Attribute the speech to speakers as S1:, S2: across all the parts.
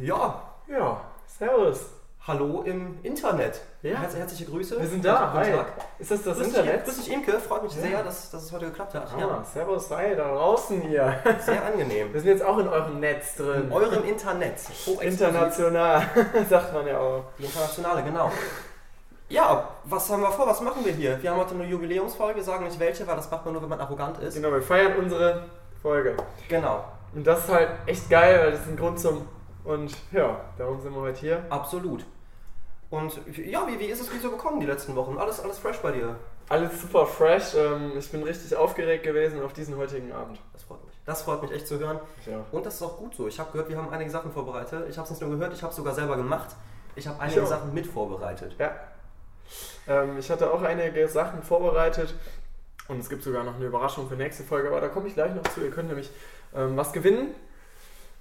S1: Ja,
S2: Ja, servus.
S1: hallo im Internet.
S2: Ja.
S1: Herz, herzliche Grüße.
S2: Wir sind da.
S1: Guten
S2: Hi.
S1: Tag.
S2: Ist das das
S1: Grüß dich,
S2: Internet?
S1: grüß dich, Imke. Freut mich
S2: Ja.
S1: sehr, dass, dass es heute geklappt hat.
S2: ah,
S1: Ja,
S2: Servus, hi, da draußen hier.
S1: sehr angenehm.
S2: Wir sind jetzt auch in eurem Netz
S1: In
S2: drin.
S1: eurem Internet. Oh,
S2: International, sagt man ja auch.
S1: Die internationale, genau. Ja, was haben wir vor? Was machen wir hier? Wir haben heute eine Jubiläumsfolge, sagen nicht welche, weil das macht man nur, wenn man arrogant ist.
S2: Genau, wir feiern unsere Folge.
S1: Genau.
S2: Und das ist halt echt geil, weil das ist ein Grund zum. Und ja, darum sind wir heute hier.
S1: Absolut. Und ja, wie, wie ist es dir so gekommen die letzten Wochen? Alles, alles fresh bei dir?
S2: Alles super fresh. ähm, Ich bin richtig aufgeregt gewesen auf diesen heutigen Abend.
S1: Das freut mich. Das freut mich echt zu hören.
S2: Ich auch.
S1: Und das ist auch gut so. Ich habe gehört, wir haben einige Sachen vorbereitet. Ich habe es nicht nur gehört, ich habe es sogar selber gemacht. Ich habe einige
S2: auch.
S1: Sachen mit vorbereitet.
S2: Ja. Ähm, ich hatte auch einige Sachen vorbereitet und es gibt sogar noch eine Überraschung für nächste Folge, aber da komme ich gleich noch zu. Ihr könnt nämlich ähm, was gewinnen.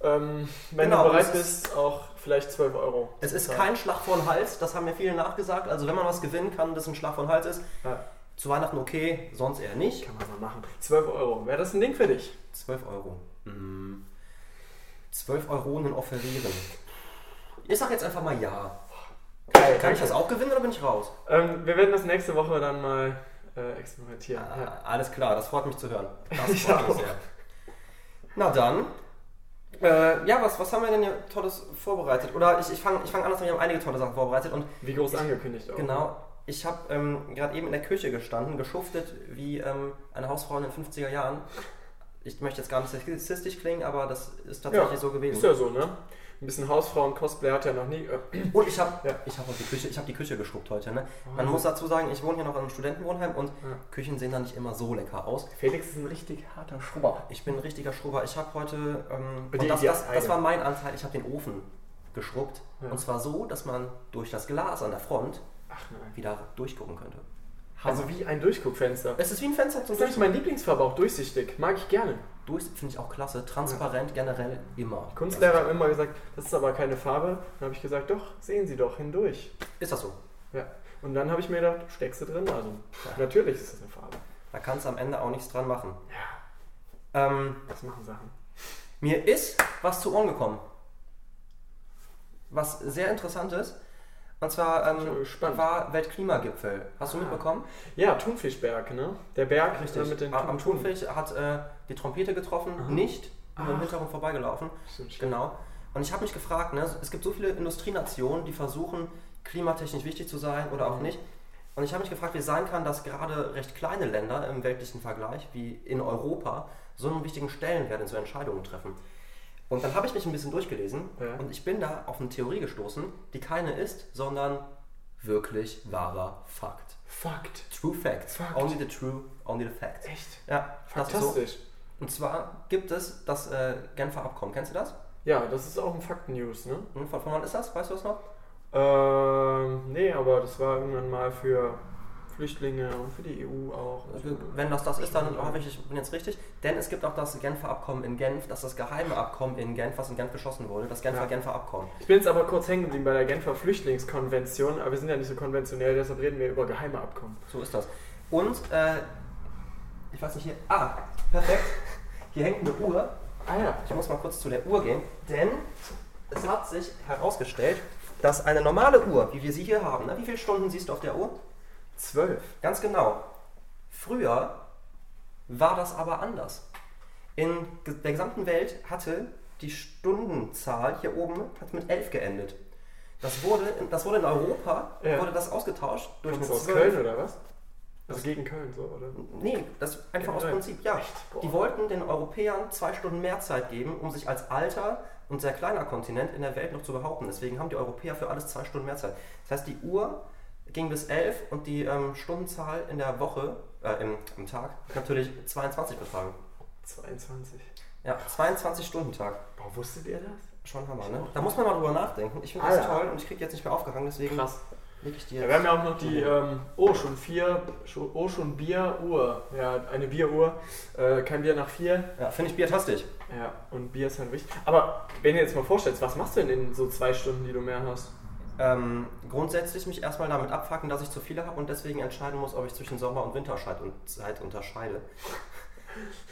S2: Ähm, wenn
S1: Genau,
S2: du bereit
S1: es
S2: bist, auch vielleicht 12 Euro.
S1: Es ist
S2: Ja.
S1: kein Schlag vor den Hals, das haben mir viele nachgesagt. Also wenn man was gewinnen kann, das ein Schlag vor den Hals ist.
S2: Ja,
S1: Zu Weihnachten okay, sonst eher nicht.
S2: kann man mal machen. 12 Euro. Wäre das ein Ding für dich?
S1: 12 Euro. Hm. 12 Euronen offerieren. Ich sag jetzt einfach mal ja.
S2: Geil,
S1: Kann ich das auch gewinnen oder bin ich raus?
S2: Ähm, wir werden das nächste Woche dann mal äh, experimentieren. Ja.
S1: Ah, alles klar, das freut mich zu hören. Das
S2: Ich
S1: freut mich
S2: auch.
S1: sehr. Na dann. Äh, ja, was, was haben wir denn hier Tolles vorbereitet? Oder ich, ich fange ich fang an, dass wir haben einige tolle Sachen vorbereitet. Und
S2: Wie groß angekündigt auch.
S1: genau, ich habe ähm, gerade eben in der Küche gestanden, geschuftet wie ähm, eine Hausfrau in den 50er Jahren. Ich möchte jetzt gar nicht sexistisch klingen, aber das ist tatsächlich
S2: Ja,
S1: so gewesen.
S2: Ist ja so, ne? Ein bisschen Hausfrauen-Cosplay hat ja noch nie. Äh,
S1: Und ich habe
S2: Ja.
S1: ich hab auch die Küche, ich hab die Küche geschrubbt heute. Ne? Man
S2: Wahnsinn.
S1: muss dazu sagen, ich wohne hier noch in einem Studentenwohnheim und
S2: Ja.
S1: Küchen sehen da nicht immer so lecker aus.
S2: Felix ist ein richtig harter Schrubber.
S1: Ich bin ein richtiger Schrubber. Ich habe heute, ähm,
S2: Die-
S1: und das,
S2: die
S1: das, das
S2: eine.
S1: war mein Anteil, ich habe den Ofen geschrubbt.
S2: Ja.
S1: Und zwar so, dass man durch das Glas an der Front
S2: Ach nein.
S1: wieder durchgucken könnte.
S2: Also wie ein Durchguckfenster.
S1: Es ist wie ein Fenster zum
S2: Das ist nämlich
S1: Beispiel.
S2: mein Lieblingsfarbe, auch durchsichtig. Mag ich gerne.
S1: Durch finde ich auch klasse. Transparent generell immer.
S2: Kunstlehrer haben immer gesagt, das ist aber keine Farbe. Dann habe ich gesagt, doch, sehen Sie doch hindurch.
S1: Ist das so?
S2: Ja. Und dann habe ich mir gedacht, steckst du drin? Also
S1: Ja.
S2: natürlich ist das eine Farbe.
S1: Da kannst du am Ende auch nichts dran machen.
S2: Ja,
S1: Ähm,
S2: das machen Sachen.
S1: Mir ist was zu Ohren gekommen. Was sehr interessant ist. Und zwar
S2: Ich bin
S1: ähm,
S2: gespannt.
S1: war Weltklimagipfel. Hast du
S2: Ah.
S1: mitbekommen?
S2: Ja, Thunfischberg, ne? Der Berg äh, mit den
S1: Am am
S2: Thun-
S1: Thunfisch hat äh, die Trompete getroffen, nicht nur im
S2: Ach.
S1: Hintergrund vorbeigelaufen.
S2: Stimmt, stimmt.
S1: Genau. Und ich habe mich gefragt, ne, es gibt so viele Industrienationen, die versuchen, klimatechnisch wichtig zu sein oder auch
S2: Mhm.
S1: nicht. Und ich habe mich gefragt, wie es sein kann, dass gerade recht kleine Länder im weltlichen Vergleich, wie in Europa, so einen wichtigen Stellenwert in so Entscheidungen treffen. Und dann habe ich mich ein bisschen durchgelesen
S2: Ja.
S1: und ich bin da auf eine Theorie gestoßen, die keine ist, sondern wirklich wahrer Fakt.
S2: Fakt.
S1: True Facts.
S2: Fakt.
S1: Only the true, only the facts.
S2: Echt?
S1: Ja, das ist so.
S2: Fantastisch.
S1: Und zwar gibt es das äh, Genfer Abkommen. Kennst du das?
S2: Ja, das ist auch ein Fakt-News, ne?
S1: Hm, Von, von wann ist das? Weißt du das noch?
S2: Ähm, nee, aber das war irgendwann mal für Flüchtlinge und für die EU auch.
S1: Also, Wenn das das ist, dann hoffe ich, ich bin jetzt richtig. Denn es gibt auch das Genfer Abkommen in Genf, das ist das geheime Abkommen in Genf, was in Genf geschossen wurde, das Genfer
S2: Ja.
S1: Genfer Abkommen.
S2: Ich bin jetzt aber kurz hängen geblieben bei der Genfer Flüchtlingskonvention, aber wir sind ja nicht so konventionell, deshalb reden wir über geheime Abkommen.
S1: So ist das. Und äh, ich weiß nicht hier. Ah, perfekt. Hier hängt eine Uhr.
S2: Ah ja.
S1: Ich muss mal kurz zu der Uhr gehen, denn es hat sich herausgestellt, dass eine normale Uhr, wie wir sie hier haben, ne, wie viele Stunden siehst du auf der Uhr?
S2: Zwölf.
S1: Ganz genau. Früher war das aber anders. In ge- der gesamten Welt hatte die Stundenzahl hier oben hat mit 11 geendet. Das wurde, in- das wurde in Europa
S2: Ja.
S1: wurde das ausgetauscht durch
S2: Kommst du
S1: eine
S2: aus
S1: 12.
S2: Köln oder was? Also gegen Köln, so, oder?
S1: Nee, das einfach aus
S2: Generell.
S1: Prinzip, ja.
S2: Boah.
S1: Die wollten den Europäern zwei Stunden mehr Zeit geben, um sich als alter und sehr kleiner Kontinent in der Welt noch zu behaupten. Deswegen haben die Europäer für alles zwei Stunden mehr Zeit. Das heißt, die Uhr ging bis 11 und die ähm, Stundenzahl in der Woche, äh, im, im Tag, hat natürlich 22 betragen.
S2: 22.
S1: Ja, 22-Stunden-Tag.
S2: Boah, wusstet ihr das?
S1: Schon Hammer, ne? Da muss man mal drüber nachdenken. Ich finde
S2: Ah,
S1: das
S2: ja.
S1: toll und ich kriege jetzt nicht mehr aufgehangen, deswegen
S2: Krass.
S1: leg ich
S2: Ja,
S1: dir.
S2: wir haben ja auch noch die, ähm, oh, schon vier, schon, oh, schon Bier, Uhr. Ja, eine Bieruhr. Äh, kein Bier nach vier.
S1: Ja, finde ich biertastisch.
S2: Ja, und Bier ist halt wichtig. Aber wenn ihr jetzt mal vorstellst, was machst du denn in so zwei Stunden, die du mehr hast?
S1: ähm, grundsätzlich mich erstmal damit abfacken, dass ich zu viele habe und deswegen entscheiden muss, ob ich zwischen Sommer und Winterzeit und Zeit unterscheide.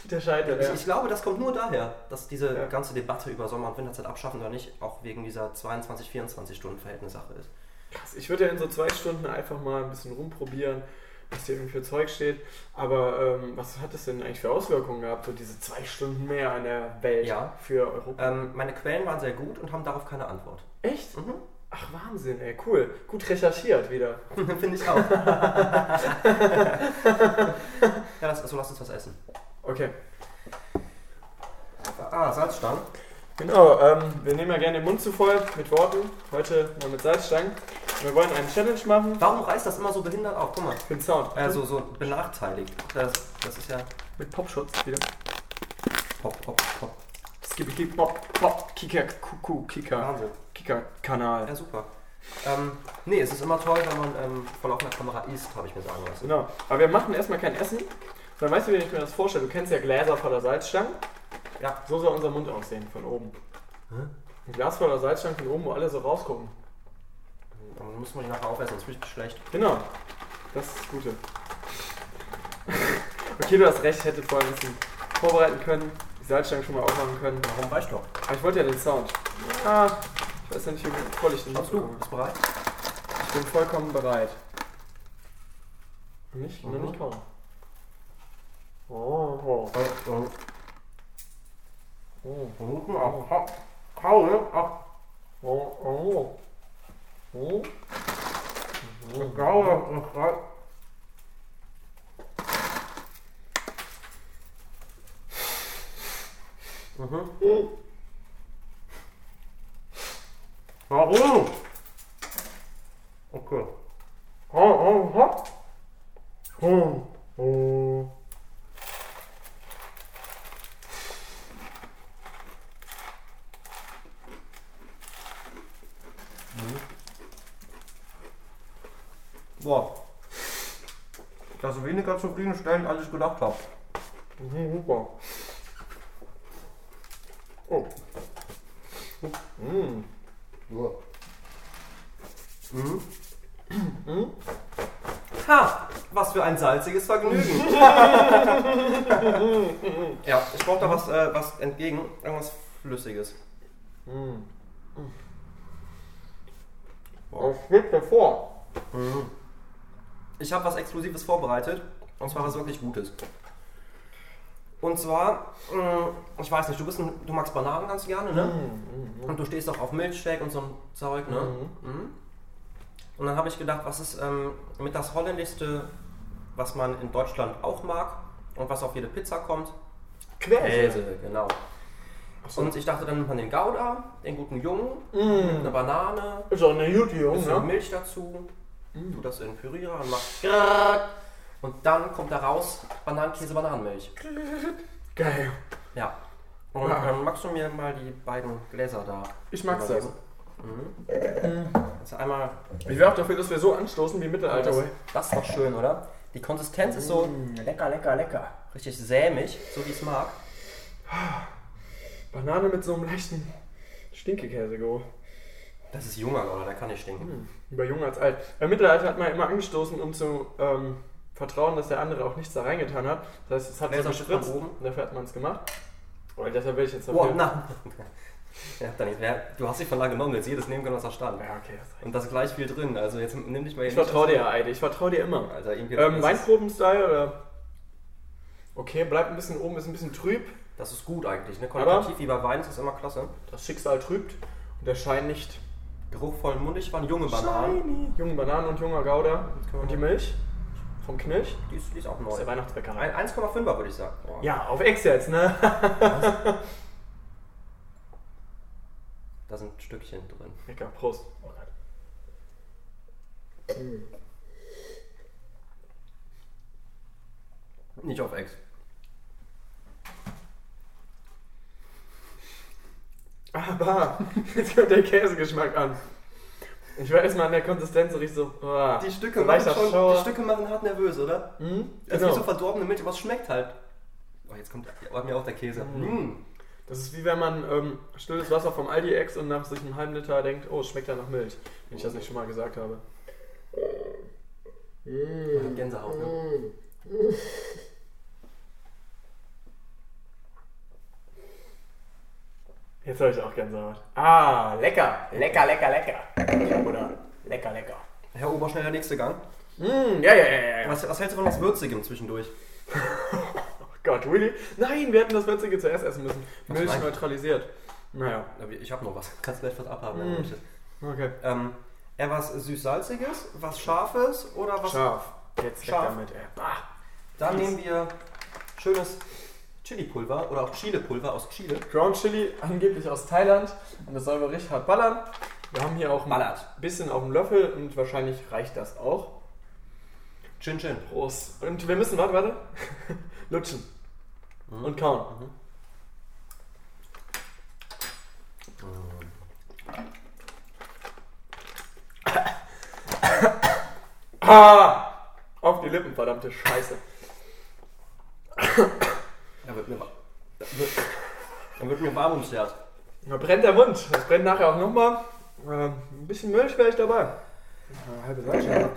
S2: Der Scheitel,
S1: Ich,
S2: ja.
S1: ich glaube, das kommt nur daher, dass diese
S2: Ja.
S1: ganze Debatte über Sommer- und Winterzeit abschaffen oder nicht auch wegen dieser 22-24-Stunden-Verhältnissache ist.
S2: Krass. Ich würde ja in so zwei Stunden einfach mal ein bisschen rumprobieren, was hier irgendwie für Zeug steht. Aber ähm, was hat es denn eigentlich für Auswirkungen gehabt, so diese zwei Stunden mehr an der Welt
S1: Ja.
S2: für Europa?
S1: Ähm, meine Quellen waren sehr gut und haben darauf keine Antwort.
S2: Echt?
S1: Mhm.
S2: Ach, Wahnsinn, ey, cool. Gut recherchiert wieder.
S1: Finde ich auch. ja, das, also lass uns was essen.
S2: Okay.
S1: Ah, Salzstangen.
S2: Genau, ähm, wir nehmen ja gerne den Mund zu voll mit Worten. Heute mal mit Salzstangen. Wir wollen eine Challenge machen
S1: Warum reißt das immer so behindert auf? Guck mal.
S2: für den Sound. Also
S1: Äh, so, so benachteiligt. Das, das ist ja
S2: Mit Popschutz wieder.
S1: pop, pop, pop.
S2: Skippity Pop, Pop, Kika, Kuku, Kika,
S1: Wahnsinn.
S2: Kika-Kanal.
S1: Ja, super. Ähm, nee, es ist immer toll, wenn man ähm, vor laufender Kamera isst, habe ich mir sagen lassen.
S2: Genau. Aber wir machen erstmal kein Essen. Sondern weißt du, wie ich mir das vorstelle? Du kennst ja Gläser voller Salzstangen.
S1: Ja.
S2: So soll unser Mund aussehen von oben.
S1: Hä?
S2: Ein Glas voller Salzstangen von oben, wo alle so rausgucken.
S1: Dann müssen wir die nachher aufessen, sonst bin ich schlecht.
S2: Genau. Das ist das Gute. okay, du hast recht, ich hätte vorher ein bisschen vorbereiten können, die Salzstangen schon mal aufmachen können.
S1: Warum weißt du doch?
S2: Aber ich wollte ja den Sound. Ah, ich weiß ja nicht, wie gut voll ich den
S1: Schaust du?
S2: mitbekomme.
S1: Bist bereit?
S2: Ich bin vollkommen bereit. Nicht? Noch
S1: Mhm.
S2: nicht kaum. Oh, oh,
S1: Äh, Minuten auf ne? Kaue, auf
S2: oh, oh. Oh.
S1: um Gaue. Mhm. Warum? Okay.
S2: Oh, oh, oh. Oh, oh.
S1: Boah. Das ist weniger zufriedenstellend, als ich gedacht habe.
S2: Mhm, super. Oh. Mm.
S1: Mhm. Ha! Was für ein salziges Vergnügen! ja, ich brauche da was, äh, was entgegen. Irgendwas Flüssiges.
S2: Mm.
S1: Wow.
S2: Was schwebt dir vor?
S1: Mhm. Ich habe was Exklusives vorbereitet. Und zwar was wirklich Gutes. Und zwar, mh, ich weiß nicht, du, bist ein, du magst Bananen ganz gerne, ne?
S2: Mhm.
S1: Und du stehst auch auf Milchshake und so ein Zeug, ne? Mhm. Und dann habe ich gedacht, was ist ähm, mit das Holländischste, was man in Deutschland auch mag und was auf jede Pizza kommt?
S2: Quäse.
S1: genau. Und ich dachte, dann nimmt man den Gouda, den guten Jungen, eine
S2: Mhm.
S1: Banane,
S2: Ist auch eine gute
S1: ein bisschen
S2: Junge.
S1: Milch dazu, tut das in Pürierer und macht grrrr. und dann kommt da raus Bananenkäse, Bananenmilch.
S2: Geil.
S1: Ja. Und
S2: Ja.
S1: ähm, magst du mir mal die beiden Gläser da?
S2: Ich mag's das.
S1: übergeben? Mhm. Also einmal
S2: Ich wäre auch dafür, dass wir so anstoßen wie Mittelalter.
S1: Das, das ist doch schön, oder? Die Konsistenz ist so
S2: lecker, lecker, lecker.
S1: richtig sämig, so wie ich es mag.
S2: Banane mit so einem leichten Stinkekäsegeruch.
S1: Das ist junger, oder? Da kann ich stinken.
S2: Über jung als alt. Im Mittelalter hat man immer angestoßen, um zu ähm, vertrauen, dass der andere auch nichts da reingetan hat. Das heißt, es hat
S1: Gläser
S2: so gespritzt.
S1: von oben.
S2: Und dafür hat man es gemacht. Und deshalb will ich jetzt
S1: Oh,
S2: dafür.
S1: na. Ja, dann nicht mehr. Du hast dich von lange genommen, jetzt jedes nehmen können, was da stand.
S2: ja, okay. das reicht.
S1: Und das ist gleich viel drin, also jetzt nimm dich mal hier
S2: Ich vertraue dir, Eide. Ich vertraue dir immer.
S1: Also irgendwie
S2: Ähm,
S1: das, ist,
S2: Weinproben-Style oder? Okay, bleibt ein bisschen oben, ist ein bisschen trüb.
S1: das ist gut eigentlich, ne? Qualitativ wie bei Wein ist das immer klasse.
S2: Das Schicksal trübt und der Schein nicht.
S1: Geruchvoll mundig waren junge Bananen.
S2: Junge Bananen und junger Gouda.
S1: man
S2: Und die
S1: machen.
S2: Milch vom Knilch.
S1: Die ist, die ist auch
S2: Aus der
S1: neu.
S2: Weihnachtsbäckerei.
S1: Ein 1,5er würde ich sagen. Boah.
S2: Ja, auf Ex jetzt, ne?
S1: Da sind Stückchen drin.
S2: Lecker, Prost. Oh Gott.
S1: Nicht auf Ex.
S2: Aber jetzt kommt der Käsegeschmack an. Ich war erstmal an der Konsistenz so richtig so. ah,
S1: Die
S2: so
S1: Stücke, machen
S2: leichter
S1: schon,
S2: Schauer.
S1: die Stücke machen hart nervös, oder?
S2: Hm?
S1: Es ist wie
S2: Genau.
S1: so verdorbene Milch, aber es schmeckt halt. Oh, jetzt kommt bei mir auch der Käse. Mm.
S2: Das ist wie wenn man ähm, stilles Wasser vom Aldi Ex und nach sich einem halben Liter denkt, oh, es schmeckt ja nach Milch. Wenn ich das nicht schon mal gesagt habe. Mm.
S1: Gänsehaut, ne?
S2: Jetzt habe ich auch Gänsehaut. Ah, lecker. Lecker, lecker, lecker. Ja, Bruder. Lecker, lecker.
S1: Herr Ober, schnell der nächste Gang.
S2: Mm, ja, ja, ja, ja, ja.
S1: Was, was hältst du von was Würzigem zwischendurch?
S2: Oh Gott, really? Nein, wir hätten das Würzige zuerst essen müssen.
S1: Was
S2: Milch
S1: meinst du?
S2: neutralisiert. Naja,
S1: Aber Ich habe noch was. Kannst gleich was abhaben, wenn du
S2: Mm.
S1: möchtest.
S2: okay.
S1: Ähm, eher was süß-salziges, was scharfes oder was.
S2: Scharf. Jetzt
S1: Scharf.
S2: weg damit, ey. Bah.
S1: Dann nehmen wir schönes Chili-Pulver oder auch Chile-Pulver aus Chile.
S2: Ground Chili, angeblich aus Thailand. Und das soll aber richtig hart ballern. Wir haben hier auch ein
S1: Ballert.
S2: bisschen auf dem Löffel und wahrscheinlich reicht das auch.
S1: Chin Chin.
S2: Prost. Und wir müssen, warte, warte. Lutschen. Und kauen. Ah! Auf die Lippen, verdammte Scheiße.
S1: Da wird mir, wa- da wird, da wird mir warm ums Herz.
S2: Da brennt der Mund. Das brennt nachher auch nochmal. Ähm, ein bisschen Milch wäre ich dabei. Eine halbe Seite.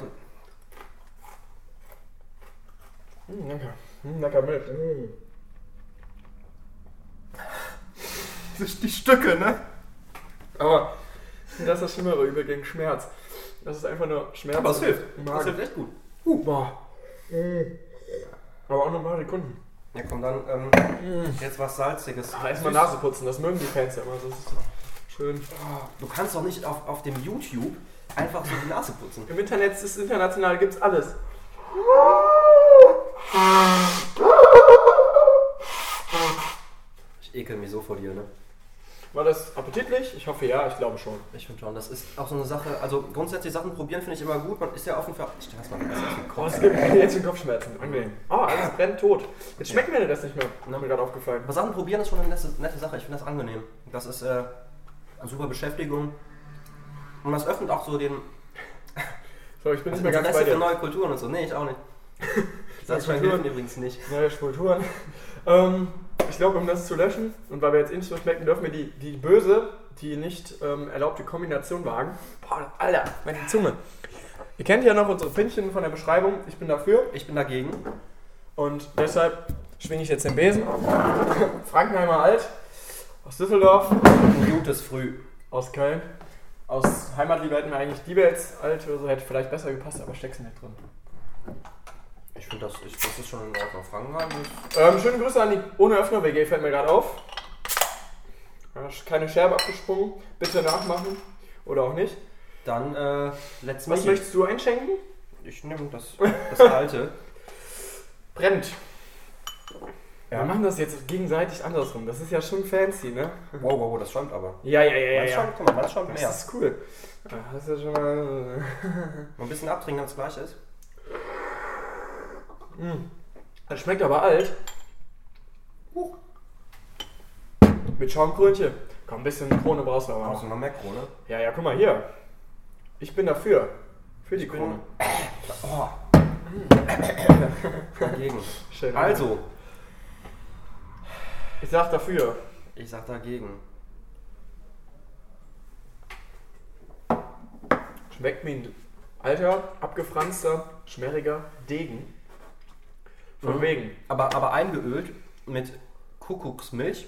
S2: Mm, lecker. Mm, lecker Milch. Mm.
S1: Die Stücke, ne?
S2: Aber das ist das schlimmere Übel gegen Schmerz. Das ist einfach nur Schmerz.
S1: Aber es hilft.
S2: im
S1: Das
S2: Magen.
S1: hilft echt gut.
S2: Uh, boah. Hm. Aber auch noch ein paar Sekunden.
S1: Ja, komm, dann ähm,
S2: Mm.
S1: jetzt was Salziges.
S2: Aber erstmal
S1: Süß.
S2: Ah, Nase putzen, das mögen die Fans ja immer. Das ist schön.
S1: Du kannst doch nicht auf, auf dem YouTube einfach so die Nase putzen.
S2: Im Internet ist es international, gibt's alles.
S1: Ich ekel mich so vor dir, ne?
S2: War das appetitlich? Ich hoffe ja, ich glaube schon.
S1: Ich finde schon, das ist auch so eine Sache. Also grundsätzlich Sachen probieren finde ich immer gut. Man ist ja offen für. Ich lass mal das ist
S2: Oh,
S1: gekotzt.
S2: es gibt jetzt schon Kopfschmerzen. Angenehm. Oh, alles brennt tot. Jetzt schmeckt mir das nicht mehr. Ist mir gerade aufgefallen.
S1: Aber Sachen probieren ist schon eine nette, nette Sache. Ich finde das angenehm. Das ist äh, eine super Beschäftigung. Und das öffnet auch so den
S2: So, ich bin nicht
S1: das
S2: mehr ganz bei
S1: Interesse für
S2: dir.
S1: neue Kulturen und so. Nee, ich auch nicht. Das
S2: Neue
S1: hilft mir übrigens nicht.
S2: Neue Spulturen. Ähm, ich glaube, um das zu löschen, und weil wir jetzt eh nicht so schmecken, dürfen wir die, die böse, die nicht ähm, erlaubte Kombination wagen. Boah, Alter, meine Zunge. Ihr kennt ja noch unsere Pünktchen von der Beschreibung. Ich bin dafür.
S1: Ich bin dagegen.
S2: Und deshalb schwinge ich jetzt den Besen. Frankenheimer Alt, aus Düsseldorf,
S1: Ein gutes Früh.
S2: aus Köln. Aus Heimatliebe hätten wir eigentlich Diebels Alt oder so, hätte vielleicht besser gepasst, aber steck's nicht drin.
S1: Ich finde das, ich, das ist schon in Ordnung. Frankenheim ist.
S2: Ähm, schöne Grüße an die ohne Öffner WG, fällt mir gerade auf. Da ist Keine Scherbe abgesprungen, bitte nachmachen oder auch nicht.
S1: Dann, äh, let's make
S2: Was
S1: it.
S2: möchtest du einschenken?
S1: Ich nehme das, das alte.
S2: Brennt.
S1: Ja.
S2: Wir machen das jetzt gegenseitig andersrum. Das ist ja schon fancy, ne?
S1: Wow, wow, wow, das schäumt aber.
S2: Ja, ja, ja, ja.
S1: Man
S2: ja.
S1: schäumt, guck mal, man schäumt
S2: Das
S1: mehr.
S2: ist cool. Ja, Das ist ja schon mal.
S1: Mal ein bisschen abtrinken, damit es gleich ist.
S2: Das schmeckt aber alt. Huch. Mit Schaumkrönchen. Komm, ein bisschen Krone brauchst du aber
S1: Brauchst
S2: auch.
S1: du noch ne? mehr Krone?
S2: Ja, ja, guck mal hier. Ich bin dafür. Für die
S1: bin-
S2: Krone.
S1: Oh. dagegen.
S2: Schön.
S1: Also,
S2: Ich sag dafür.
S1: ich sag dagegen.
S2: Schmeckt mir ein alter, abgefranster, schmäriger Degen. Von
S1: Mhm.
S2: wegen.
S1: Aber, aber eingeölt mit Kuckucksmilch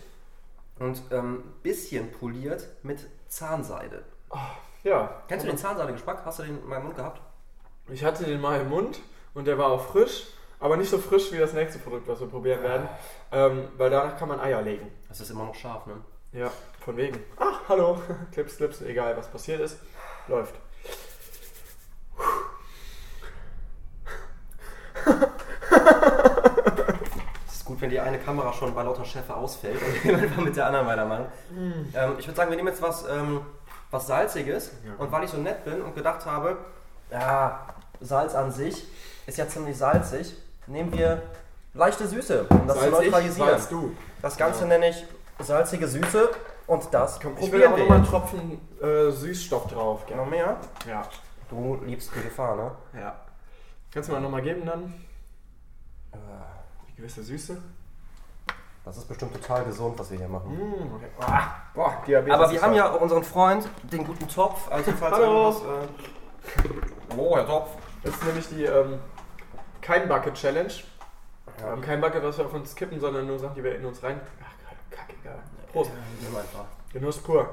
S1: und ähm, bisschen poliert mit Zahnseide.
S2: Ja.
S1: Kennst du den Zahnseidegeschmack? Hast du den in meinem Mund gehabt?
S2: Ich hatte den mal im Mund und der war auch frisch, aber nicht so frisch wie das nächste Produkt, was wir probieren
S1: Ah.
S2: werden. Ähm, weil danach kann man Eier legen.
S1: Das ist immer noch scharf, ne?
S2: Ja, von wegen. Ach, hallo. Clips, Clips, egal was passiert ist. Läuft.
S1: Es ist gut, wenn die eine Kamera schon bei lauter Schärfe ausfällt und wir einfach mit der anderen weitermachen.
S2: Hm,
S1: Ähm, ich würde sagen, wir nehmen jetzt was, ähm, was Salziges.
S2: Ja.
S1: Und weil ich so nett bin und gedacht habe, ja, Salz an sich ist ja ziemlich salzig, nehmen wir leichte Süße, um das zu neutralisieren.
S2: Salz du.
S1: Das Ganze nenne ich salzige Süße und das
S2: Komm, ich will
S1: probieren
S2: auch
S1: wir
S2: nochmal einen
S1: jetzt.
S2: Tropfen äh, Süßstoff drauf. gell?
S1: Noch mehr?
S2: Ja.
S1: Du liebst die Gefahr, ne?
S2: Ja. Kannst du mir nochmal geben dann? Äh, Die gewisse Süße.
S1: Das ist bestimmt total gesund, was wir hier machen.
S2: Mmh, okay. Ah, boah, Diabetes.
S1: Aber wir
S2: ist
S1: haben
S2: hart.
S1: ja auch unseren Freund, den guten Topf. Also falls
S2: Hallo.
S1: irgendwas, Äh... Oh, Herr Topf.
S2: Das ist nämlich die ähm, Kein-Bucket-Challenge.
S1: Ja.
S2: Ähm, kein Bucket, was wir auf uns kippen, sondern nur Sachen, die wir in uns rein. Ach, kackiger. Prost.
S1: Nimm einfach.
S2: Genuss pur.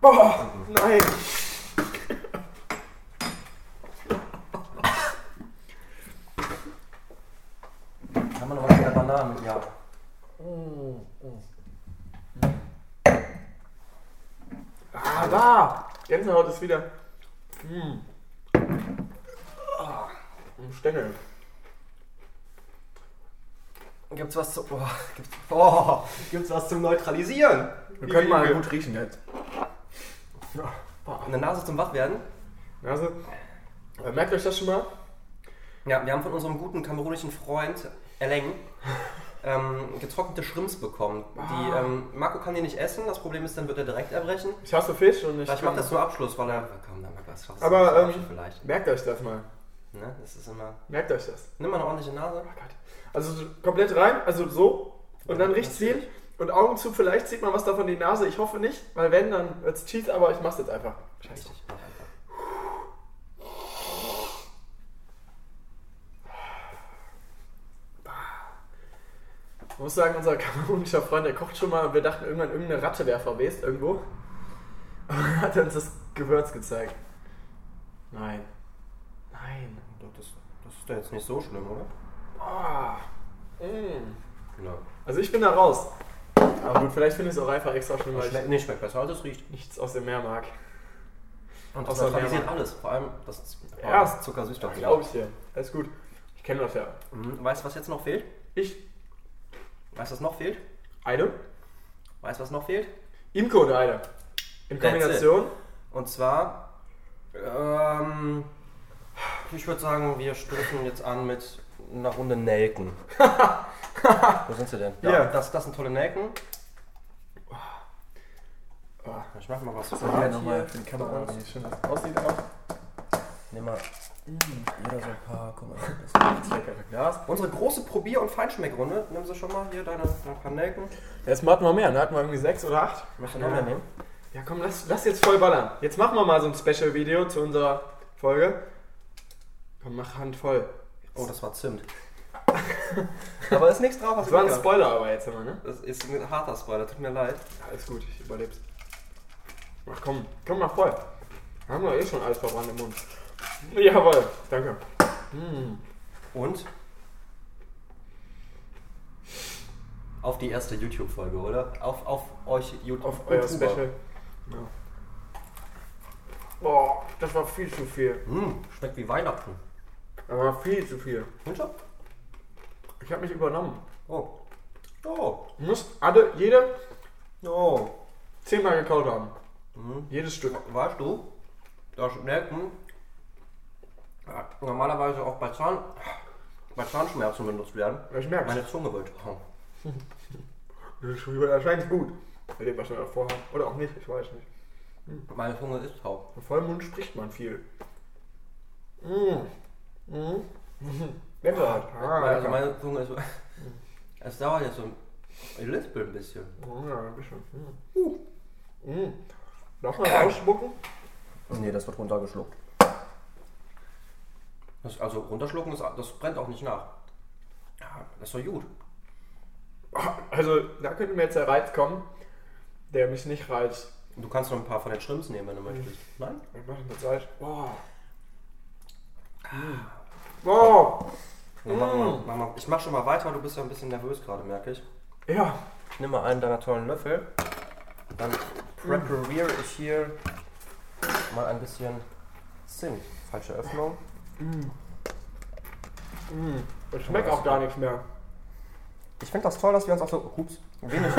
S2: Boah, nein.
S1: Kann man noch was mit der Banane? Ja.
S2: Ah, da. Gänsehaut ist wieder. Mm. Ah, ein Stängel.
S1: Gibt's was zu. Oh, gibt's, oh, gibt's was zum Neutralisieren?
S2: Wir können mal
S1: Liebe.
S2: gut riechen jetzt. Ja, boah.
S1: Eine Nase zum Wachwerden?
S2: Also, äh, merkt euch das schon mal?
S1: Ja, wir haben von unserem guten kamerunischen Freund Eleng ähm, getrocknete Shrimps bekommen. Die,
S2: Ah.
S1: ähm, Marco kann die nicht essen, das Problem ist, dann wird er direkt erbrechen.
S2: Ich hasse Fisch und ich.
S1: Vielleicht macht das zum Abschluss, weil er. Komm, dann mach was.
S2: Aber, ähm,
S1: vielleicht.
S2: Merkt euch das mal.
S1: Ne? Das ist immer.
S2: Merkt euch das.
S1: Nimm mal eine ordentliche Nase.
S2: Oh Gott. Also so komplett rein, also so. Und dann riecht viel. Und Augen zu, vielleicht zieht man was davon in die Nase. Ich hoffe nicht, weil wenn, dann wird's Cheat, aber ich mach's jetzt einfach. Scheiße.
S1: Richtig, mach einfach.
S2: Ich muss sagen, unser kamerunischer Freund, der kocht schon mal und wir dachten irgendwann, irgendeine Ratte wäre verwest irgendwo. Aber er hat uns das Gewürz gezeigt. Nein. Nein.
S1: Doch, Das, das ist doch jetzt nicht so schlimm, oder?
S2: Ah. Mm.
S1: Genau.
S2: Also ich bin da raus. Aber gut, vielleicht finde ich es auch einfach extra schlimm,
S1: Aber
S2: weil
S1: schmeckt,
S2: ich
S1: nee, schmeckt besser, als es riecht.
S2: nichts aus dem Meer mag.
S1: Und das
S2: Außer
S1: neutralisiert
S2: Meermann.
S1: alles. Vor allem das, oh,
S2: Ja.
S1: das Zuckersicht doch
S2: Glaub ich dir. Alles gut. Ich kenne das ja.
S1: Mhm. Weißt du, was jetzt noch fehlt?
S2: Ich.
S1: Weißt du, was noch fehlt?
S2: Eine?
S1: Weißt du, was noch fehlt?
S2: Imco und eine. In
S1: That's it.
S2: Kombination.
S1: Und zwar, ähm, ich würde sagen, wir stoßen jetzt an mit einer Runde Nelken. Wo sind sie denn? Ja,
S2: Hier.
S1: das, das sind tolle Nelken. Oh,
S2: Ah.
S1: Ich mach mal was.
S2: für die Kamera, wie schön das aussieht auch.
S1: Nimm mal jeder so ein paar. Guck mal.
S2: Das leckere Glas.
S1: Unsere große Probier- und Feinschmeckrunde. Nimm sie schon mal hier deine, deine paar Nelken.
S2: Jetzt machen wir mehr, ne? Hatten wir irgendwie sechs oder acht?
S1: Möchtest du
S2: Ja.
S1: noch mehr nehmen?
S2: Ja, komm, lass, lass jetzt voll ballern. Jetzt machen wir mal so ein Special-Video zu unserer Folge. Komm, mach Hand voll.
S1: Oh, das war Zimt. Aber ist nichts drauf, was
S2: Das war ein
S1: lecker.
S2: Spoiler aber jetzt immer, ne?
S1: Das ist ein harter Spoiler, tut mir leid.
S2: Ja, alles gut, ich überleb's. Ach komm, komm mal voll. Wir haben doch eh schon alles verbrannt im Mund. Jawohl, danke. Mm.
S1: Und? Auf die erste YouTube-Folge, oder? Auf, auf euch YouTube.
S2: Auf euer Special. Ja. Boah, das war viel zu viel.
S1: Hm, schmeckt wie Weihnachten.
S2: Das war viel zu viel.
S1: Hinter?
S2: Ich habe mich übernommen.
S1: Oh. Oh.
S2: Ich muss alle, jede
S1: Oh.
S2: zehnmal gekaut haben.
S1: Mhm.
S2: Jedes Stück.
S1: Weißt du, das Nelken ja, normalerweise auch bei, Zahn, bei Zahnschmerzen benutzt werden.
S2: Ich merk's.
S1: Meine Zunge wird. Oh.
S2: Wahrscheinlich gut. Weil dem wahrscheinlich auch vorhaben. Oder auch nicht, ich weiß nicht.
S1: Meine Zunge ist taub.
S2: Im Vollmond spricht man viel. Mmh. Mmh. Lecker. Ah,
S1: Meine,
S2: lecker.
S1: meine Zunge ist. Es dauert jetzt so ein. Ich lispel ein bisschen.
S2: Ja, ein bisschen. Mmh. Mmh. Lass mal rausspucken.
S1: Nee, das wird runtergeschluckt. Das, also runterschlucken, ist, das brennt auch nicht nach. Ja, das ist doch gut.
S2: Also, da könnte mir jetzt der Reiz kommen, der mich nicht reizt.
S1: Du kannst noch ein paar von den Shrimps nehmen, wenn du möchtest. Nein?
S2: Wir machen das Salz. Boah. Mmh. Wow.
S1: Dann mach mal, mach mal. Ich mach schon mal weiter, du bist ja ein bisschen nervös gerade, merke ich.
S2: Ja.
S1: Ich nehme mal einen deiner tollen Löffel. Dann prepariere ich hier mal ein bisschen Zimt. Falsche Öffnung.
S2: Mmh. Es schmeckt auch gar nichts mehr.
S1: Ich finde das toll, dass wir uns auch so ups, wenig,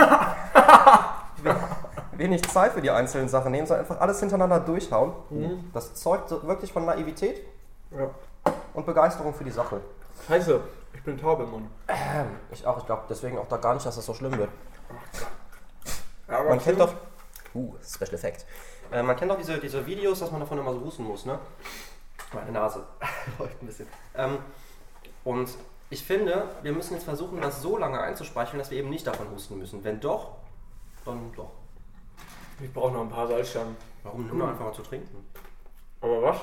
S1: wenig Zeit für die einzelnen Sachen nehmen, sondern einfach alles hintereinander durchhauen.
S2: Mhm.
S1: Das zeugt so wirklich von Naivität
S2: Ja.
S1: und Begeisterung für die Sache.
S2: Scheiße, ich bin taub im Mund.
S1: Ich auch, ich glaube deswegen auch da gar nicht, dass das so schlimm wird.
S2: Aber
S1: Man kennt doch. Uh, Special Effect. Äh, man kennt doch diese, diese Videos, dass man davon immer so husten muss, ne? Meine Nase läuft ein bisschen. Ähm, und ich finde, wir müssen jetzt versuchen, das so lange einzuspeicheln, dass wir eben nicht davon husten müssen. Wenn doch, dann doch.
S2: Ich brauche noch ein paar Salzstangen.
S1: Warum nimm
S2: Hm.
S1: doch einfach mal zu trinken?
S2: Aber was?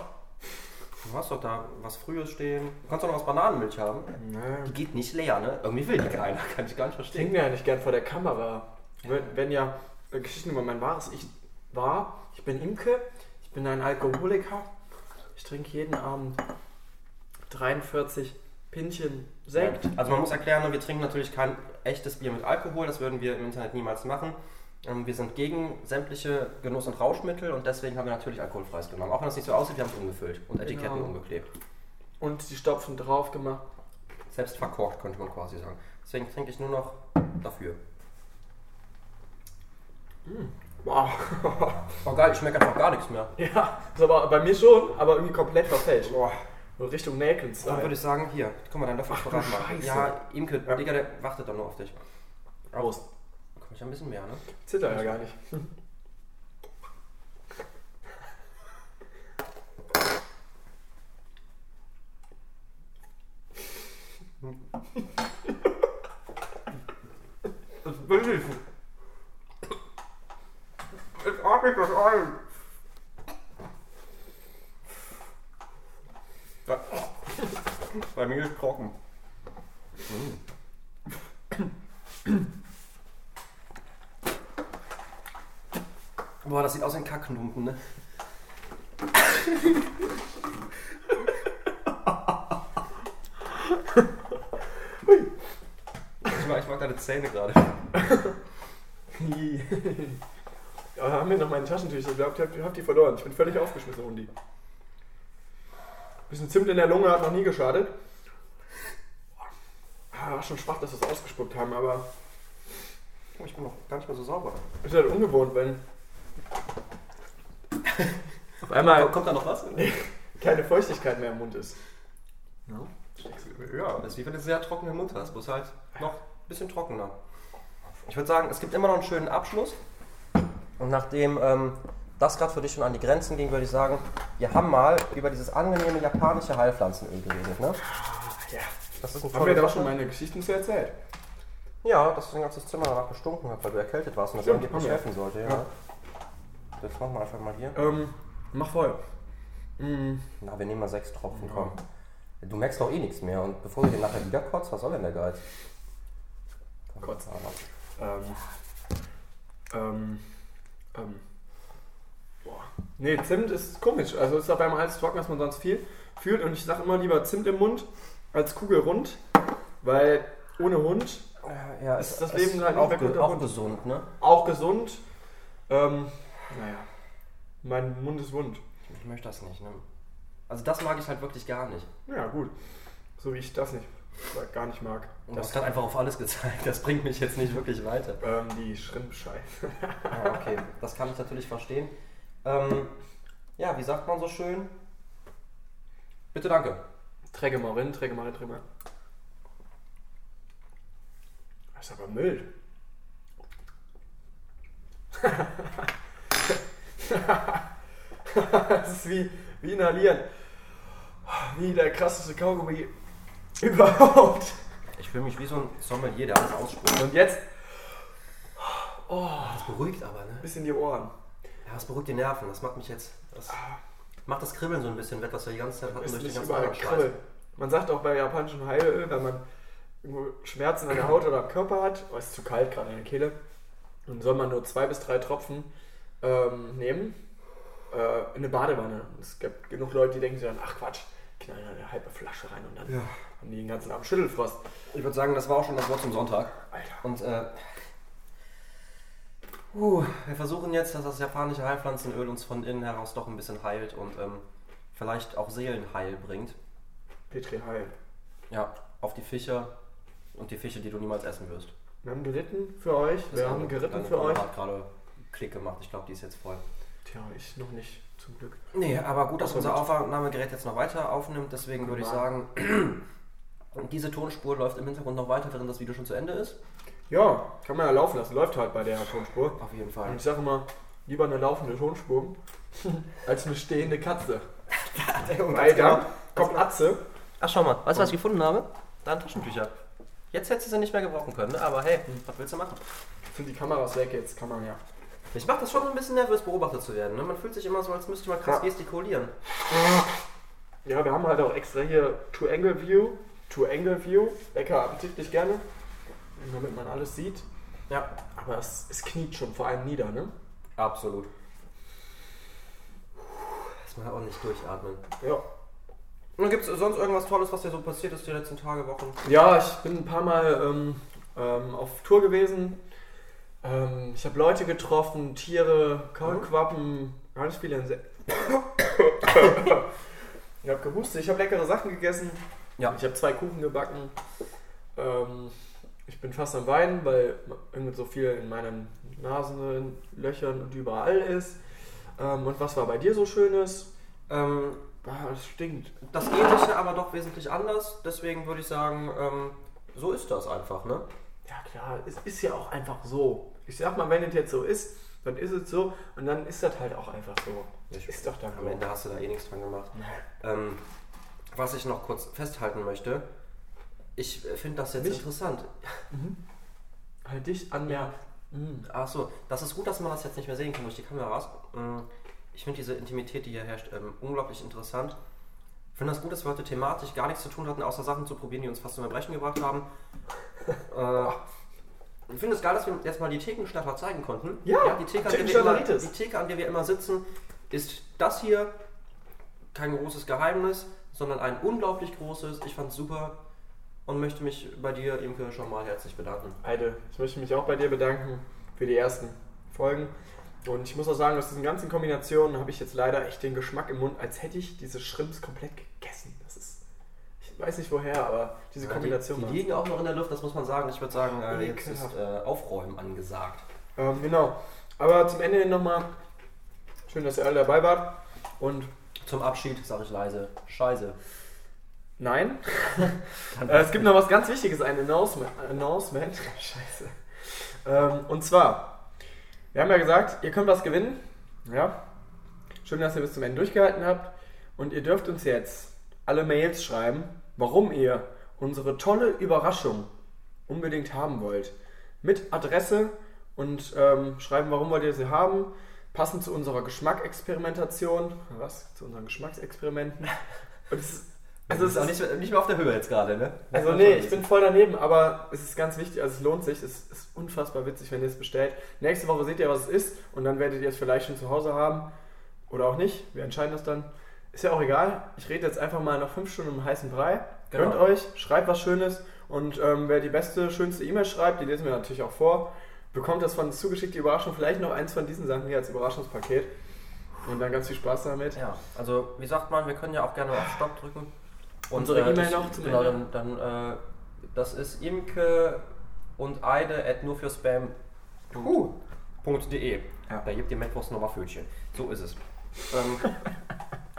S1: Du hast doch da was Frühes stehen. Du kannst doch noch was Bananenmilch haben.
S2: Nee.
S1: Die geht nicht leer, ne? Irgendwie will die keiner. Kann ich gar nicht verstehen.
S2: Trinken wir ja nicht gern vor der Kamera. Wenn, wenn ja äh, Geschichten über mein wahres Ich war, ich bin Imke, ich bin ein Alkoholiker, ich trinke jeden Abend 43 Pinchen Sekt.
S1: Also man muss erklären, wir trinken natürlich kein echtes Bier mit Alkohol, das würden wir im Internet niemals machen. Ähm, Wir sind gegen sämtliche Genuss- und Rauschmittel und deswegen haben wir natürlich alkoholfreies genommen. Auch wenn es nicht so aussieht, wir haben es umgefüllt und Etiketten
S2: Genau.
S1: umgeklebt.
S2: Und die Stopfen drauf gemacht.
S1: Selbst verkocht, könnte man quasi sagen. Deswegen trinke ich nur noch dafür.
S2: Wow.
S1: Oh geil, ich schmecke einfach gar nichts mehr.
S2: ja, ist aber bei mir schon, aber irgendwie komplett verfälscht.
S1: Boah.
S2: Richtung Naked
S1: Dann würde
S2: Style.
S1: ich sagen, hier, guck mal, dann darf ich
S2: Ach du
S1: verraten machen.
S2: Scheiße.
S1: Ja, Imke,
S2: Ja.
S1: Digga, der wartet doch nur auf dich.
S2: Raus.
S1: Komm ich ein bisschen mehr, ne?
S2: Zitter ja gar nicht.
S1: Das will ich. Jetzt atme ich das ein. Bei mir ist trocken. Boah, das sieht aus wie ein Kackklumpen, ne? Ich mag, ich mag deine Zähne gerade.
S2: ja, haben wir noch meine Taschentücher? Ich glaube, ich habe hab die verloren. Ich bin völlig aufgeschmissen ohne die. Bisschen Zimt in der Lunge hat noch nie geschadet. Ah, War schon schwach, dass wir es ausgespuckt haben, aber
S1: Oh, ich bin noch gar nicht mehr so sauber.
S2: ist halt ungewohnt, wenn. Auf einmal
S1: Kommt da noch was?
S2: keine Feuchtigkeit mehr im Mund ist.
S1: Ja, das ist wie wenn du sehr trockenen Mund hast, bloß halt noch ein bisschen trockener. Ich würde sagen, es gibt immer noch einen schönen Abschluss. Und nachdem ähm, das gerade für dich schon an die Grenzen ging, würde ich sagen, wir haben mal über dieses angenehme japanische Heilpflanzenöl geredet, ne?
S2: Ah, Ja.
S1: Das ist ein
S2: Haben wir
S1: tolles
S2: da schon
S1: Sache.
S2: meine Geschichten zu erzählt?
S1: Ja, dass du den ganzen Zimmer danach gestunken hat, weil du erkältet warst und das
S2: Stimmt,
S1: angeblich
S2: haben wir.
S1: helfen sollte, ja.
S2: Ja.
S1: Jetzt machen wir einfach mal hier.
S2: Ähm, mach voll. Mm,
S1: Na, wir nehmen mal sechs Tropfen, komm. Du merkst doch eh nichts mehr und bevor du dir nachher wieder kotzt, was soll denn der Geiz? Komm,
S2: Kotz.
S1: aber.
S2: ähm, ähm, ähm. Boah. Nee, Zimt ist komisch. Also ist auf einmal alles trocken, was man sonst viel fühlt. Und ich sage immer lieber Zimt im Mund als Kugel rund, weil ohne Hund
S1: Äh, Ja,
S2: Ist
S1: es-
S2: das
S1: es
S2: Leben halt
S1: auch,
S2: nicht
S1: ge
S2: mehr guter
S1: auch
S2: Hund?
S1: gesund, ne?
S2: auch gesund. Ähm, naja, mein Mund ist wund.
S1: Ich möchte das nicht, ne? Also das mag ich halt wirklich gar nicht.
S2: Ja, gut. So wie ich das nicht, gar nicht mag.
S1: Und das
S2: Das,
S1: hat einfach auf alles gezeigt. Das bringt mich jetzt nicht wirklich weiter.
S2: ähm, die Schrimpscheiße.
S1: Ah, okay, das kann ich natürlich verstehen. Ähm, ja, wie sagt man so schön? Bitte danke.
S2: Träge mal rein, träge mal rein, träge mal. Das ist aber mild. das ist wie, wie inhalieren. Wie der krasseste Kaugummi überhaupt.
S1: Ich fühle mich wie so ein Sommelier, der alles ausspricht.
S2: Und jetzt
S1: Oh, Das beruhigt aber, ne?
S2: bis in die Ohren.
S1: Ja, das beruhigt die Nerven. Das macht mich jetzt... Das macht das Kribbeln so ein bisschen weg, was wir die ganze Zeit hatten
S2: Ah. Ist
S1: durch den
S2: nicht
S1: ganzen
S2: überall
S1: anderen Scheiß.
S2: Kribbeln. Man sagt auch bei japanischem Heilöl, wenn man irgendwo Schmerzen an der Haut oder am Körper hat, oh, ist zu kalt gerade in der Kehle, dann soll man nur zwei bis drei Tropfen ähm, nehmen äh, in eine Badewanne. Und Es gibt genug Leute, die denken sich dann, ach Quatsch, knallen eine halbe Flasche rein und dann
S1: Ja.
S2: haben die den ganzen Abend Schüttelfrost.
S1: Ich würde sagen, das war auch schon das Wort zum Sonntag.
S2: Alter.
S1: Und äh, uh, wir versuchen jetzt, dass das japanische Heilpflanzenöl uns von innen heraus doch ein bisschen heilt und ähm, vielleicht auch Seelenheil bringt.
S2: Petri Heil.
S1: Ja, auf die Fische und die Fische, die du niemals essen wirst.
S2: Wir haben geritten für euch, wir haben geritten für euch.
S1: hat gerade Klick gemacht. Ich glaube, die ist jetzt voll.
S2: Tja, ich noch nicht, zum Glück.
S1: Nee, aber gut, dass
S2: Also
S1: unser
S2: mit-
S1: Aufnahmegerät jetzt noch weiter aufnimmt. Deswegen würde ich sagen, diese Tonspur läuft im Hintergrund noch weiter, während das Video schon zu Ende ist.
S2: Ja, kann man ja laufen lassen, läuft halt bei der Tonspur.
S1: Auf jeden
S2: Und
S1: Fall.
S2: ich sage immer, lieber eine laufende Tonspur als eine stehende Katze. Alter, kommt Atze.
S1: Ach, schau mal, weißt du, was ich gefunden habe? Deine Taschentücher. Jetzt hättest du sie nicht mehr gebrauchen können, ne? aber hey, was willst du machen?
S2: Sind die Kameras weg jetzt, kann man ja.
S1: Ich mache das schon ein bisschen nervös, beobachtet zu werden. Ne? Man fühlt sich immer so, als müsste man krass
S2: Ja.
S1: gestikulieren.
S2: Ja, wir haben halt auch extra hier Two-Angle-View. Two-Angle-View, lecker, appetitlich gerne. Damit man alles sieht. Ja, aber es, es kniet schon vor allem nieder, ne?
S1: Absolut. Erstmal ordentlich durchatmen.
S2: Ja.
S1: Und gibt es sonst irgendwas Tolles, was dir so passiert ist die letzten Tage, Wochen?
S2: Ja, ich bin ein paar Mal ähm, ähm, auf Tour gewesen. Ähm, ich habe Leute getroffen, Tiere, Kaulquappen, ganz viele Insekten. ich habe gehustet, ich habe leckere Sachen gegessen.
S1: Ja.
S2: Ich habe zwei Kuchen gebacken. Ähm, ich bin fast am Weinen, weil irgendwie so viel in meinen Nasenlöchern und überall ist. Ähm, und was war bei dir so Schönes?
S1: Ähm,
S2: Ah, es stinkt.
S1: das geht ja aber doch wesentlich anders. Deswegen würde ich sagen, ähm, so ist das einfach, ne?
S2: Ja klar, es ist ja auch einfach so. Ich sag mal, wenn es jetzt so ist, dann ist es so und dann ist das halt auch einfach so.
S1: Ich-
S2: ist doch dann
S1: Am Ende hast du da eh nichts dran gemacht. Ähm, was ich noch kurz festhalten möchte, ich äh, finde das jetzt
S2: Mich?
S1: interessant.
S2: Halt dich an mehr. Mhm.
S1: Ach so, das ist gut, dass man das jetzt nicht mehr sehen kann durch die Kameras. Ähm, Ich finde diese Intimität, die hier herrscht, ähm, unglaublich interessant. Ich finde das gut, dass wir heute thematisch gar nichts zu tun hatten, außer Sachen zu probieren, die uns fast zum Erbrechen gebracht haben. Äh, ich finde es geil, dass wir jetzt mal die Thekenstadt mal zeigen konnten.
S2: Ja,
S1: die Theke, an der, wir immer,
S2: Thekenstadteritis.
S1: die Theke, an der wir immer sitzen, ist das hier. Kein großes Geheimnis, sondern ein unglaublich großes. Ich fand's super und möchte mich bei dir, Imke, schon mal herzlich bedanken.
S2: Eide, ich möchte mich auch bei dir bedanken für die ersten Folgen. Und ich muss auch sagen, aus diesen ganzen Kombinationen habe ich jetzt leider echt den Geschmack im Mund, als hätte ich diese Shrimps komplett gegessen. Das ist. Ich weiß nicht woher, aber diese Kombination
S1: Die, die
S2: macht's.
S1: liegen auch noch in der Luft, das muss man sagen. Ich würde sagen, äh, jetzt
S2: Ekelhaft.
S1: ist äh, Aufräumen angesagt.
S2: Ähm, genau. Aber zum Ende hin nochmal. Schön, dass ihr alle dabei wart. Und
S1: Zum Abschied sage ich leise, scheiße.
S2: Nein. äh, es gibt noch was ganz Wichtiges, ein Announcement. Announcement. Scheiße. Ähm, und zwar, wir haben ja gesagt, ihr könnt was gewinnen. Ja. Schön, dass ihr bis zum Ende durchgehalten habt. Und ihr dürft uns jetzt alle Mails schreiben, warum ihr unsere tolle Überraschung unbedingt haben wollt. Mit Adresse und ähm, schreiben, warum wollt ihr sie haben. Passend zu unserer Geschmackexperimentation. Was? Zu unseren Geschmacksexperimenten. Und es ist,
S1: Also
S2: also es
S1: ist auch
S2: ist
S1: nicht, nicht mehr auf der Höhe jetzt gerade, ne?
S2: also nee, ich bin voll daneben, aber es ist ganz wichtig, also es lohnt sich, es ist unfassbar witzig, wenn ihr es bestellt. Nächste Woche seht ihr, was es ist und dann werdet ihr es vielleicht schon zu Hause haben oder auch nicht, wir entscheiden das dann. Ist ja auch egal, ich rede jetzt einfach mal nach fünf Stunden um heißen Brei.
S1: Genau.
S2: Gönnt euch, schreibt was Schönes und ähm, wer die beste, schönste E-Mail schreibt, die lesen wir natürlich auch vor, bekommt das von uns zugeschickt, die Überraschung, vielleicht noch eins von diesen Sachen hier als Überraschungspaket und dann ganz viel Spaß damit.
S1: Ja, also wie sagt man, wir können ja auch gerne auf Stopp drücken. Und,
S2: Unsere E-Mail
S1: ich-
S2: noch zum
S1: Genau,
S2: Ende.
S1: dann, dann äh, das ist imke und eide at nur für spam. Punkt .de.
S2: Ja.
S1: Da gibt ihr Mittwochs nochmal Fötchen. So ist es. ähm,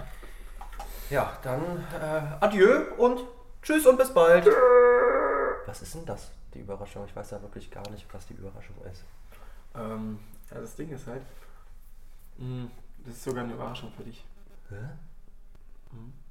S1: ja, dann äh, adieu und tschüss und bis bald. Was ist denn das, die Überraschung? Ich weiß ja wirklich gar nicht, was die Überraschung ist.
S2: Ähm, ja, das Ding mm, ist halt, mh, das ist sogar eine Überraschung für dich.
S1: Hä?
S2: Mhm.